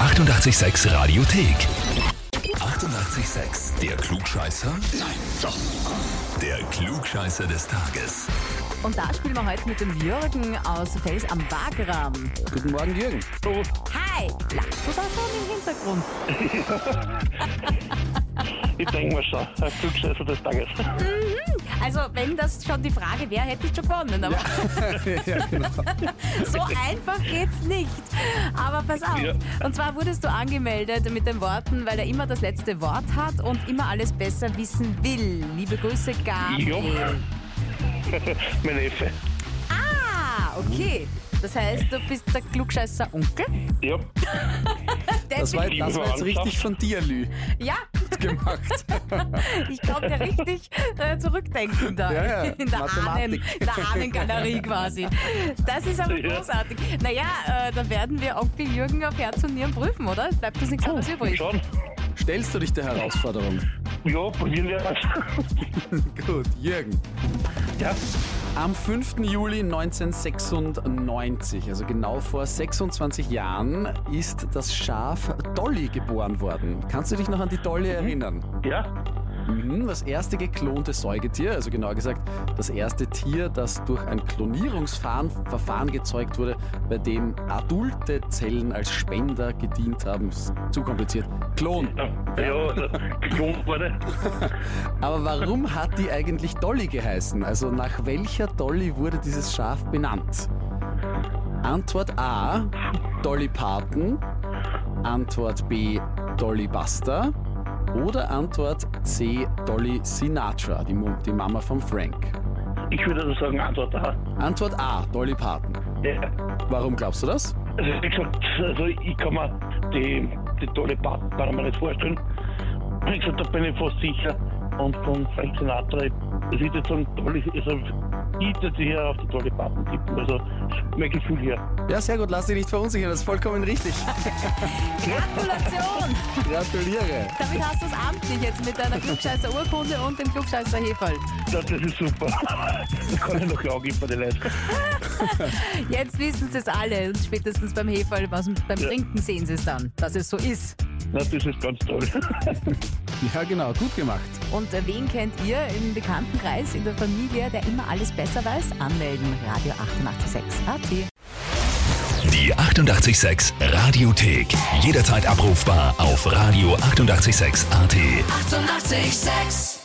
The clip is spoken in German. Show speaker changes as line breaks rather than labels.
886 Radiothek. 88,6. Der Klugscheißer? Nein, doch. Der Klugscheißer des Tages.
Und da spielen wir heute mit dem Jürgen aus Fels am Wagram.
Guten Morgen, Jürgen.
Hi! Lachst du da schon im Hintergrund?
Ich denke mal schon, ein Klugscheißer des Tages.
Also, wenn das schon die Frage wäre, hätte ich schon gewonnen. Aber
ja, genau.
so einfach geht's nicht. Aber pass auf.
Ja.
Und zwar wurdest du angemeldet mit den Worten, weil er immer das letzte Wort hat und immer alles besser wissen will. Liebe Grüße,
Jo.
Gabriel.
Mein Neffe.
Ah, okay. Das heißt, du bist der Klugscheißer Onkel?
Ja,
Das war, das war jetzt richtig von dir, Lü,
Ja,
gemacht.
ich glaube, der richtig äh, zurückdenken da.
Ja, ja,
In der, Ahnen,
Mathematik.
in der Ahnengalerie quasi. Das ist aber
Ja.
großartig. Naja, äh, dann werden wir Onkel Jürgen auf Herz und Nieren prüfen, oder? Es bleibt uns
Oh,
nichts anderes übrig.
schon.
Stellst du dich der Herausforderung?
Ja, probieren wir es.
Gut, Jürgen.
Ja,
Am 5. Juli 1996, also genau vor 26 Jahren, ist das Schaf Dolly geboren worden. Kannst du dich noch an die Dolly erinnern?
ja,
Mhm, das erste geklonte Säugetier, also genauer gesagt, das erste Tier, das durch ein Klonierungsverfahren gezeugt wurde, bei dem adulte Zellen als Spender gedient haben. Ist zu kompliziert. Klon.
ja, ja da- geklont wurde.
Aber warum hat die eigentlich Dolly geheißen? Also nach welcher Dolly wurde dieses Schaf benannt? Antwort A, Dolly Parton. Antwort B, Dolly Buster. Oder Antwort C, Dolly Sinatra, die, Mu- die Mama von Frank.
Ich würde also sagen, Antwort A.
Antwort A, Dolly Parton.
Ja.
Warum glaubst du das?
Also, wie gesagt, also ich kann mir die, die tolle Part kann man nicht vorstellen. Wie gesagt, da bin ich fast sicher. Und von Frank Sinatra, es ist jetzt so ein tolles, also ich würde hier auf die tolle Parten tippen. Also, mein Gefühl hier.
Ja, sehr gut, lass dich nicht verunsichern, das ist vollkommen richtig.
Gratulation!
Gratuliere.
Damit hast du es amtlich jetzt mit deiner Klugscheißer Urkunde und dem Klugscheißer Heferl.
Ja, das ist super. Das kann ich noch ja angeben bei den Leuten.
Jetzt wissen sie es alle und spätestens beim Heferl, was, beim
Ja.
Trinken sehen sie es dann, dass es so ist.
Na, das ist ganz toll.
Ja, genau, gut gemacht.
Und äh, wen kennt ihr im Bekanntenkreis, in der Familie, der immer alles besser weiß? Anmelden, Radio 886 AT.
Die 88,6 Radiothek. Jederzeit abrufbar auf radio886.at. 88,6.
886